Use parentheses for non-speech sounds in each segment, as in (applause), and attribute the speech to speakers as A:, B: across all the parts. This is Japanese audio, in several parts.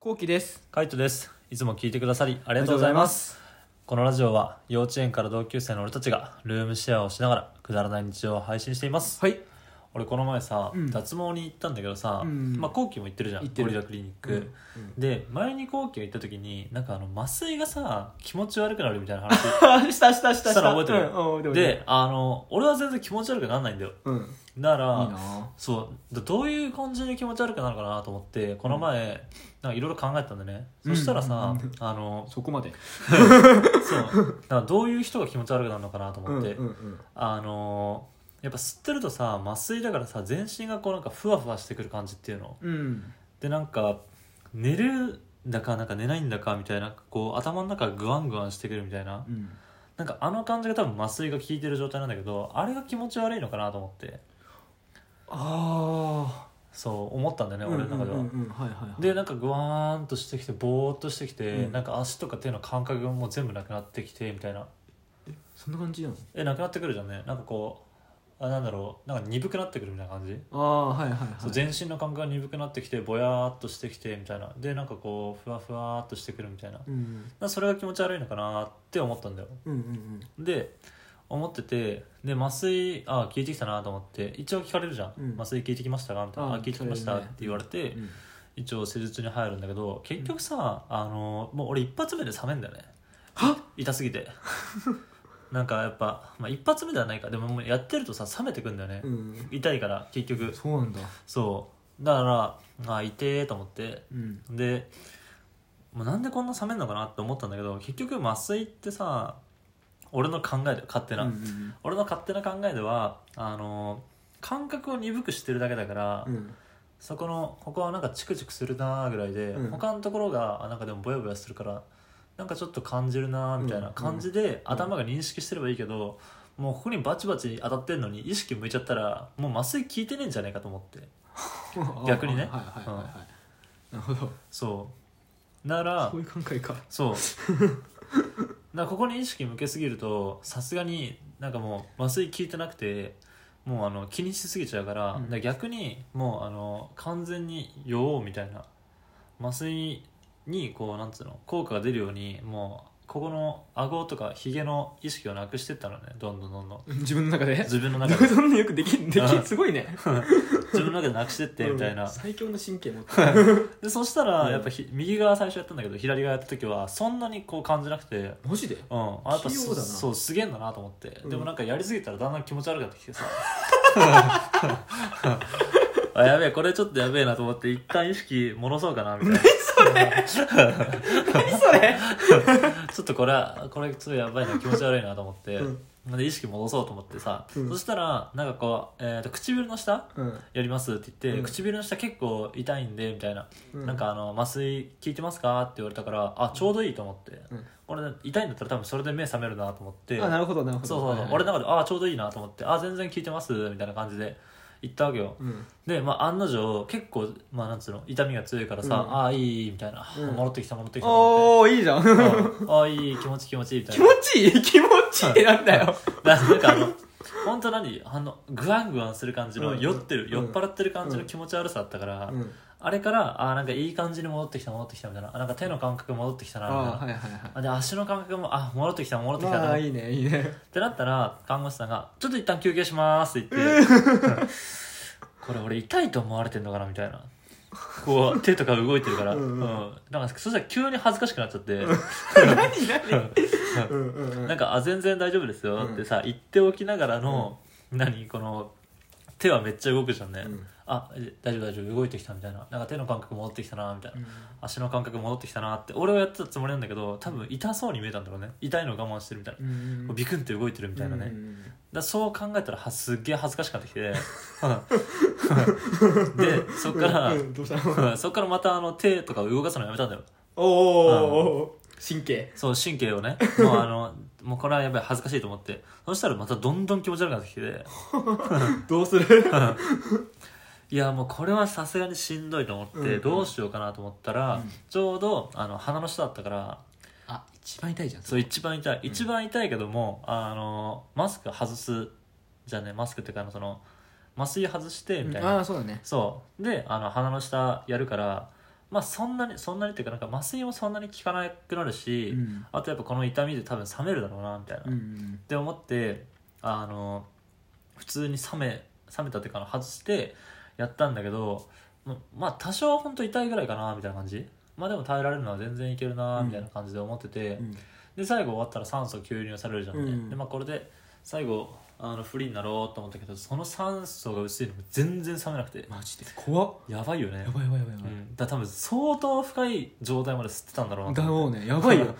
A: こうきです。
B: カイトです。いつも聞いてくださりありがとうございます。このラジオは幼稚園から同級生の俺たちがルームシェアをしながらくだらない日常を配信しています。
A: はい。
B: 俺この前さ、
A: うん
B: 脱毛に行ったんだけどさ、
A: うん
B: まあ後期も行ってるじゃん。
A: 行ってる
B: ゴリラクリニック。で、前に後期が行った時に、なんかあの麻酔がさ、気持ち悪くなるみたい
A: (laughs)
B: な話
A: したしたした
B: したら覚えてる。
A: うんうん、
B: で、あの、俺は全然気持ち悪くならないんだよ。
A: うん。いい
B: なら、
A: な
B: そうだどういう感じで気持ち悪くなるかなと思ってこの前、なんかいろいろ考えてたんだね、
A: うん
B: そしたらさ、
A: うん
B: あの
A: そこまで。
B: そうなんかどういう人が気持ち悪くなるのかなと思って、
A: うんうん
B: あのやっぱ吸ってるとさ麻酔だからさ全身がこうなんかふわふわしてくる感じっていうの
A: うん。うん。
B: でなんか寝るんだかなんか寝ないんだかみたいなこう頭の中がグワングワンしてくるみたいな
A: うん
B: なんかあの感じが多分麻酔が効いてる状態なんだけどあれが気持ち悪いのかなと思って
A: あ
B: そう思ったんだよ
A: あ。
B: ね、俺の中では。
A: うんうんうんうんはいはいはい。
B: でなんかグワーンとしてきてボーっとしてきて、
A: うん
B: なんか足とか手の感覚がもう全部なくなってきてみたいな
A: そんな感じなの
B: えなくなってくるじゃんねなんかこうあなんだろうなんか鈍くなってくるみたいな感じ、
A: ああ、はいはいはい。
B: そう全身の感覚が鈍くなってきてぼやーっとしてきてみたいなでなんかこうふわふわーっとしてくるみたいななん
A: うん
B: かそれが気持ち悪いのかなって思ったんだよ
A: うんうん
B: で思っててで麻酔あ聞いてきたなと思って一応聞かれるじゃん、
A: うん
B: 麻酔聞いてきましたかみたいな
A: あ
B: あ聞いてきました
A: 聞か
B: っ
A: れる
B: て
A: ね
B: 言われて、
A: うんうん。
B: 一応施術に入るんだけど結局さ、あのもう俺一発目で冷めんだよね
A: は
B: 痛す
A: (laughs)
B: ぎてなんかやっぱ、まあ、一発目ではないかでももうやってるとさ冷めてくんだよね、
A: うん。
B: 痛いから結局
A: そうなんだ。
B: そうだからあ痛えと思って
A: うん。
B: で、まあ、なんでこんな冷めんのかなって思ったんだけど結局麻酔ってさ俺の考えで勝手な、
A: うんうん
B: 俺の勝手な考えではあの感覚を鈍くしてるだけだから、
A: うん。うん
B: そこのここはなんかチクチクするなーぐらいで、
A: うん
B: 他のところがあなんかでもぼやぼやするからなんかちょっと感じるなーみたいな感じで、頭が認識してればいいけど、もうここにバチバチ当たってんのに意識向いちゃったらもう麻酔効いてねえんじゃないかと思って逆にね
A: はいはいはいはい。なるほど。
B: そうなら
A: そういう考えか。
B: そうなここに意識向けすぎるとさすがになんかもう麻酔効いてなくてもうあの気にしすぎちゃうから,、
A: うん
B: 逆にもうあの完全に酔おうみたいな麻酔にこうなんつうの効果が出るようにもうここの顎とかひげの意識をなくしてったのねどんどんどんどん
A: 自分の中で
B: 自分の中
A: (laughs)
B: で
A: そんなよくできで
B: あ
A: き
B: ー
A: すごいね。
B: 自分の中でなくしてってみたい
A: うん
B: な
A: 最強の神経持って
B: でそした
A: う
B: ら
A: ん
B: やっぱひ右側最初やったんだけど左側やった時はそんなにこう感じなくて
A: マジで
B: うん、あやっぱ
A: 器用だな
B: そそうすげえんだなと思って、
A: うん
B: でもなんかやりすぎたらだんだん気持ち悪くなってきてさ (laughs) あやべえこれちょっとやべえなと思って一旦意識戻そうかなみたいな
A: 何それ
B: ちょっとこれはこれちょっとやばいな気持ち悪いなと思って、で意識戻そうと思ってさ、
A: うん
B: そしたらなんかこう、えー、と唇の下やりますって言って、
A: うん
B: 唇の下結構痛いんでみたいな、
A: うん
B: なんかあの麻酔効いてますかって言われたからあちょうどいいと思って、
A: うん
B: これ痛いんだったら多分それで目覚めるなと思って
A: あなるほどなるほど
B: そうそうそう、
A: はい
B: 俺の中でああちょうどいいなと思ってああ全然聞いてますみたいな感じで行ったわけよ
A: うん
B: で、まあ、案の定結構、まあ、なんつうの痛みが強いからさ、
A: うん
B: ああいいみたいな、
A: うん
B: 戻ってきた戻ってきたと思っ
A: お
B: て
A: おいいじゃん
B: うんああいい気持ちいい気持ちいいみ
A: (laughs)
B: たい
A: 気
B: な
A: 持ちいい気持ちいいってなんだよ
B: な (laughs) なんかあの本当何あのグワングワンする感じ
A: う
B: の
A: ん
B: 酔ってる、
A: うん
B: 酔っ払ってる感じ
A: う
B: の
A: ん
B: 気持ち悪さだったから、
A: うん
B: あれからあーなんかいい感じに戻ってきた戻ってきたみたいなあなんか手の感覚戻ってきたなみたいな
A: あ、ーはいはいは
B: あで足の感覚もあ戻ってきた戻っ
A: い
B: てきたな
A: まあいいねいいね
B: ってなったら看護師さんが「ちょっと一旦休憩します」って言って、 (laughs) これ俺痛いと思われてんのかなみたいなこう手とか動いてるから
A: う
B: うん
A: うん
B: んなんかそしたら急に恥ずかしくなっちゃって
A: 何何うんうんうん
B: (laughs) なんか「あ全然大丈夫ですよ」ってさ言っておきながらの、何この手はめっちゃ動くじゃんね、
A: うん
B: あえ大丈夫大丈夫動いてきたみたいななんか手の感覚戻ってきたなみたいな、足の感覚戻ってきたなって俺はやってたつもりなんだけど多分痛そうに見えたんだろうね痛いのを我慢してるみたいな、
A: うんうん
B: こうビクンって動いてるみたいなね、
A: うん
B: だそう考えたらはすっげえ恥ずかしくなってきて (laughs) でそっから (laughs)
A: うんうんどうしたの
B: そっからまたあの手とかを動かすのやめたんだよ
A: おーおー神経
B: そう神経をねもうあのもうこれはやばい恥ずかしいと思ってそしたらまたどんどん気持ち悪くなってきて
A: どうする
B: (laughs) いやもうこれはさすがにしんどいと思って、
A: うんうん
B: どうしようかなと思ったら、
A: うん
B: ちょうどあの鼻の下だったから
A: あ一番痛いじゃん
B: そう一番痛い一番痛いけども、あのマスク外すじゃねマスクっていうかあのその麻酔外してみたいな、
A: ああーそうだね
B: そうであの鼻の下やるからまあそんなにそんなにっていうかなんか麻酔もそんなに効かなくなるし、
A: うん
B: あとやっぱこの痛みで多分冷めるだろうなみたいな、
A: う
B: っ
A: ん
B: て思ってあの普通に冷め冷めたっていうかあの外してやったんだけどままあ多少は本当痛いぐらいかなみたいな感じまあでも耐えられるのは全然いけるなみたいな感じで思ってて、
A: うん
B: で最後終わったら酸素吸入されるじゃんね、
A: うん
B: でまあこれで最後あのフリーになろうと思ったけどその酸素が薄いのも全然冷めなくて
A: マジで怖っ
B: やばいよね
A: やばいやばいやばいや
B: う
A: ばい、
B: ん、だから多分相当深い状態まで吸ってたんだろうなと
A: だ
B: 思って
A: ろうねやばいよ (laughs)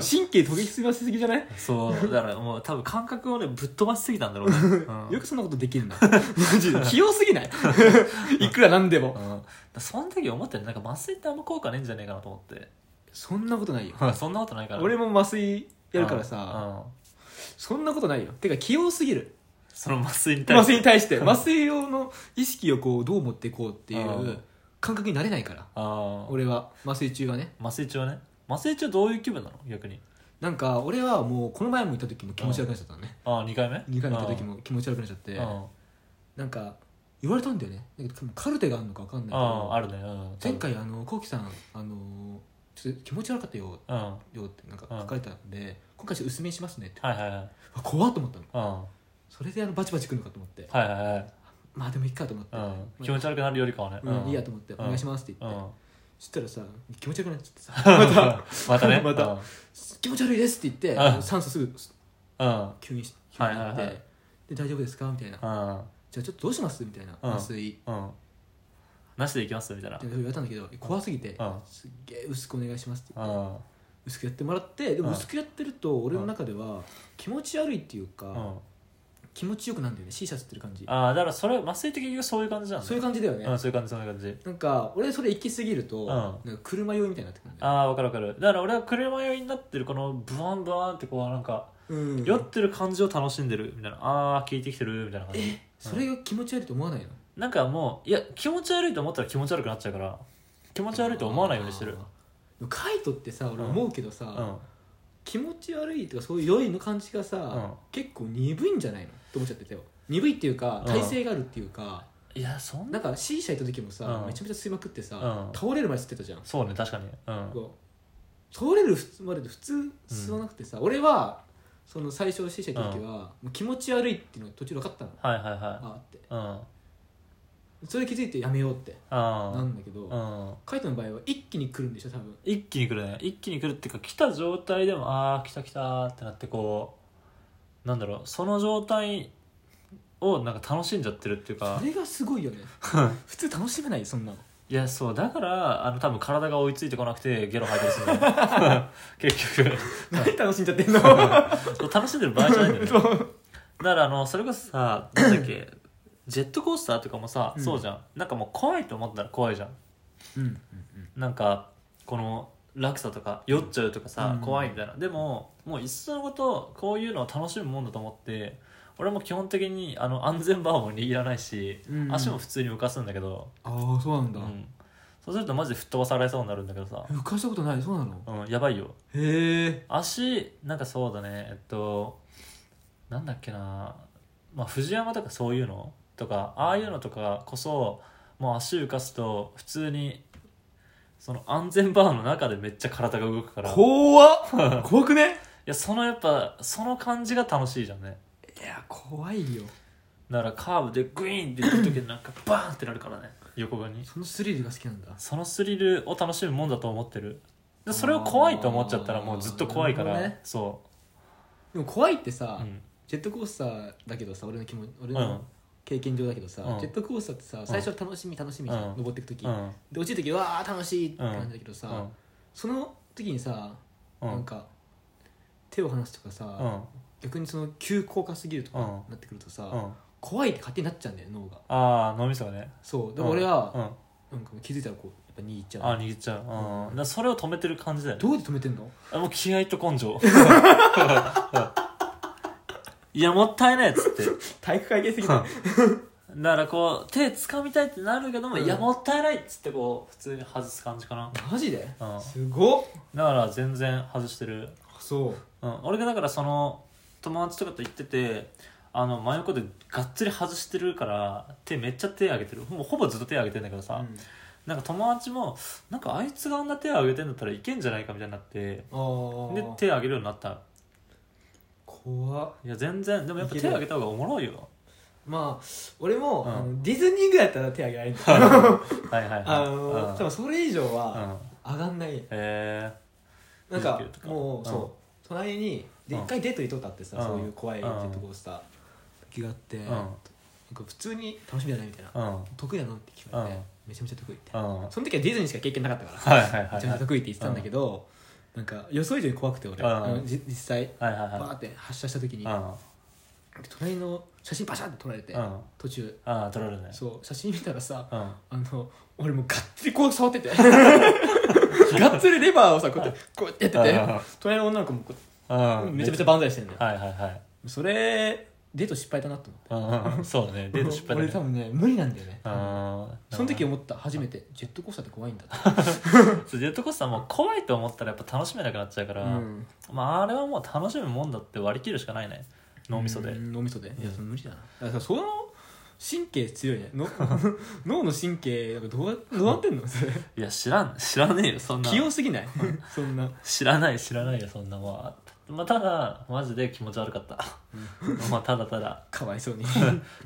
A: 神経研ぎ澄ましすぎじゃない、
B: そうだからもう多分感覚をねぶっ飛ばしすぎたんだろうね、うん
A: (laughs) よくそんなことできるな (laughs) マジで器用すぎない (laughs) いくらなんでも
B: うん、だからその時思ったよねなんか麻酔ってあんま効果ねえんじゃねえかなと思って
A: そんなことないよ
B: そんなことないから
A: 俺
B: も
A: も麻酔やるからさ、そんなことないよてか器用すぎる
B: その麻酔に
A: 麻酔
B: っ
A: に対して麻酔用の意識をこうどう持っていこうってい
B: あ
A: う
B: あ
A: 感覚になれないから
B: あー
A: 俺は麻酔中はね
B: 麻酔中はね麻酔中どういう気分なの逆に
A: なんか俺はもうこの前も行った時も気持ち悪くなっちゃったのね
B: ああ2回目
A: 2回も行った時
B: も
A: も気持ち悪くなっちゃっ
B: う
A: て
B: んうん
A: なんか言われたんだよねだけどカルテがあるのか分かんないけ
B: あ
A: ど
B: ああるねうん
A: 前回あのこうきさんあのちょっと気持ち悪かったよ
B: うんは
A: よってなんか書かれたんで今回ちょっと薄めにしますねって
B: いはいはい
A: あ怖っと思ったの
B: うんは
A: それであのバチバチくるのかと思って
B: いはいはい
A: まあでもいいかと思って
B: うん気持ち悪くなるよりかはね
A: うんいいや
B: と
A: と思ってお
B: うん
A: 願いしますって
B: う
A: 言って
B: ん
A: そしたらさ気持ち悪くなっちゃってさ
B: (laughs)
A: また
B: またね
A: (laughs) また
B: うん
A: 気持ち悪いですって言っ
B: う
A: て
B: ん
A: 酸素すぐ
B: うん
A: 吸引し吸引になって、
B: はいはいはい
A: で大丈夫ですかみたいなじゃあ
B: うん
A: ちょっとどうしますみたいな
B: うん
A: 麻酔って
B: うんなしでいきますみたいな
A: 言われたんだけど怖すぎて
B: うん
A: すっげえ薄くお願いしますって
B: うん
A: 薄くやってもらってでも
B: うん
A: 薄くやってると俺の中では気持ち悪いっていう
B: う
A: か
B: ん
A: 気持ちよくなんだよね C シャツってる感じ
B: ああだからそれ麻酔って結局そういう感じなんだ
A: そういう感じだよ
B: う
A: ね
B: ん、そういう感じそういう感じ
A: なんか俺それ行き過ぎると
B: ん
A: なんか車酔いみたいになってくるんだよ
B: ああ分かる分かるだから俺は車酔いになってるこのブワンブワンってこうなんか
A: うん
B: 酔ってる感じを楽しんでるみたいなああ効いてきてるみたいな感じ
A: えそれが気持ち悪いと思わないの
B: なんかもういや気持ち悪いと思ったら気持ち悪くなっちゃうから気持ち悪いと思わないようにしてる
A: あーでもカイトってさ俺思うけどさ、
B: うん
A: 気持ち悪いとかそういう良いの感じがさ、
B: ん
A: 結構鈍いんじゃないのと思っちゃってたよ鈍いっていうか
B: うん
A: 体勢があるっていうか、
B: いやそん
A: な
B: なん
A: か C 社行った時もさ、
B: うん
A: めちゃめちゃ吸いまくってさ、
B: うん
A: 倒れるまで吸ってたじゃん、
B: そうね確かにうん
A: こう倒れるまで普通吸わなくてさ、俺はその最初 C 社行った時は、もう気持ち悪いっていうのが途中で分かったの、
B: はいはいは
A: あーって
B: いうん
A: それ気づいてやめようってな
B: あ
A: んだけど、
B: あうん
A: カイトの場合は一気に来るんでしょ多分
B: 一気に来るね一気に来るっていうか来た状態でもああ来た来たーってなってこうなんだろうその状態をなんか楽しんじゃってるっていうか
A: それがすごいよね普通楽しめないそんなの
B: (laughs) いやそうだからあの多分体が追いついてこなくてゲロ吐いたりするんだよ
A: (laughs)
B: 結
A: 何楽しんじゃってんの
B: 局楽しんでる場合じゃないんだよねだからあのそれこそさなんだっけジェットコースターとかもさ、
A: うん
B: そうじゃんなんかもう怖いと思ったら怖いじゃん
A: うんうん
B: なんかこの落差とか酔っちゃうとかさ、
A: うん
B: 怖いみたいなでももういっそのことこういうのを楽しむもんだと思って俺も基本的にあの安全バーも握らないし、
A: うん
B: 足も普通に浮かすんだけど、
A: ああそうなん
B: う
A: だ、
B: んそうするとマジで吹っ飛ばされそうになるんだけどさ、
A: 浮かしたことないそうなの
B: うん、やばいよ
A: へえ
B: 足なんかそうだねえっとなんだっけな、まあ、藤山とかそういうのとかああいうのとかこそもう足浮かすと普通にその安全バーの中でめっちゃ体が動くからい
A: 怖っ怖くね
B: やそのやっぱその感じが楽しいじゃんね
A: いや怖いよ
B: だからカーブでグイーンって行った時になんかバーンってなるからね横側に
A: そのスリルが好きなんだ
B: そのスリルを楽しむもんだと思ってるでそれを怖いと思っちゃったらもうずっと怖いか
A: あ
B: ら、
A: ーなるほどね
B: そ
A: でも怖いって
B: う、
A: さ、
B: うん、
A: ジェットコースターだけどさ俺の気持ち俺
B: うん
A: の経験上だけどさ、
B: うん
A: ジェットコースターってさ最初は楽しみ楽しみじゃん、
B: うん
A: 登ってく時、
B: うん
A: で落ちる時わあ楽しいって感じだけどさ、
B: うん
A: その時にさ、
B: う
A: なん
B: ん
A: か手を離すとかさ、
B: うん
A: 逆にその急降下すぎるとか
B: うん
A: なってくるとさ、
B: うん
A: 怖いって勝手になっちゃうんだよ脳が
B: ああ脳みそがね
A: そうだから俺は、
B: うんうん
A: なんか気づいたらこうやっぱ握っち
B: あ
A: ゃ
B: あ
A: う
B: 握っちゃう、うん、だからそれを止めてる感じだよね
A: どうやって止めてんの
B: あもう気合と根性いやもったいないっつって
A: 体育会系すぎ
B: だからこう手掴みたいってなるけども、
A: うん
B: いやもったいないっつってこう普通に外す感じかな
A: マジで、
B: うん
A: すごっ
B: だから全然外してる、
A: そう
B: うん、俺がだからその友達とかと行っててあの真横でがっつり外してるから手めっちゃ手上げてるもうほぼずっと手上げてんだけどさ、なんか友達もなんかあいつがあんな手を挙げてんだったらいけんじゃないかみたいになって
A: あー
B: で手を挙げるようになった
A: 怖っ
B: いや全然でもやっぱ
A: い
B: 手
A: ける
B: を挙げた方がおもろいよ
A: まあ俺も、
B: うん
A: あのディズニーぐらいやったら手挙げられる
B: はいはいはい
A: あの
B: うん
A: でもそれ以上
B: う
A: は
B: ん
A: 上がんない
B: え
A: なんか
B: 富士急とか
A: も
B: うん
A: うそう隣にで
B: うん
A: 一回デートにとったって
B: う
A: さ
B: ん
A: そういう怖いジェットコースター気があって
B: え
A: な
B: うん
A: んか普通に楽しみだねみたいな
B: うんうん
A: 得意なのって聞かれて
B: うん
A: めちゃめちゃ得意って
B: はい
A: その時はディズニーしか経験なかったから
B: はいはいは
A: め
B: い
A: ちゃめちゃ得意って言ってたんだけどなんか予想以上に怖くて俺
B: うん
A: あのじ実際
B: はいはい
A: バー
B: は
A: って発射した時に
B: いうん
A: 隣の写真バシャって撮られて
B: うん
A: 途中
B: ああ取られるね
A: そう写真見たらさ
B: うん
A: あの俺もうがっつりこう触
B: (laughs)
A: ってて (laughs) がっつりレバーをさこうやってこうやってやってて
B: あ
A: 隣の女の子もこう
B: あうん
A: めちゃめちゃ万歳してんだよ
B: はいはいはい
A: それデート失敗だなと思って
B: うんうんそうだねデート失敗
A: (laughs)
B: だ
A: 俺
B: ね
A: 多分ね無理なんだよね
B: あー
A: その時思った初めてジェットコースターって怖いんだって
B: ジェットコースターも怖いと思ったらやっぱ楽しめなくなっちゃうから、
A: うん
B: まああれはもう楽しむもんだって割り切るしかないね脳みそで、
A: うん脳みそでいや
B: うん
A: それ無理だなだからその神経強い
B: (laughs)
A: ねの脳の神経なんかどうやどうなってんのそれ
B: いや知らん (laughs) 知らねえよそんな
A: 器用すぎないそんな
B: 知らない知らないよそんなもんはまあただマジで気持ち悪かったまあただただ
A: かわい
B: (laughs)
A: そうに
B: っ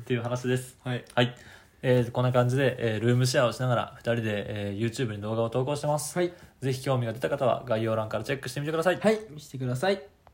B: ていう話です
A: はい
B: はい、えーこんな感じで、えールームシェアをしながら2人で、えー YouTube に動画を投稿してます、
A: はい
B: ぜひ興味が出た方は概要欄からチェックしてみてください
A: はい見せてください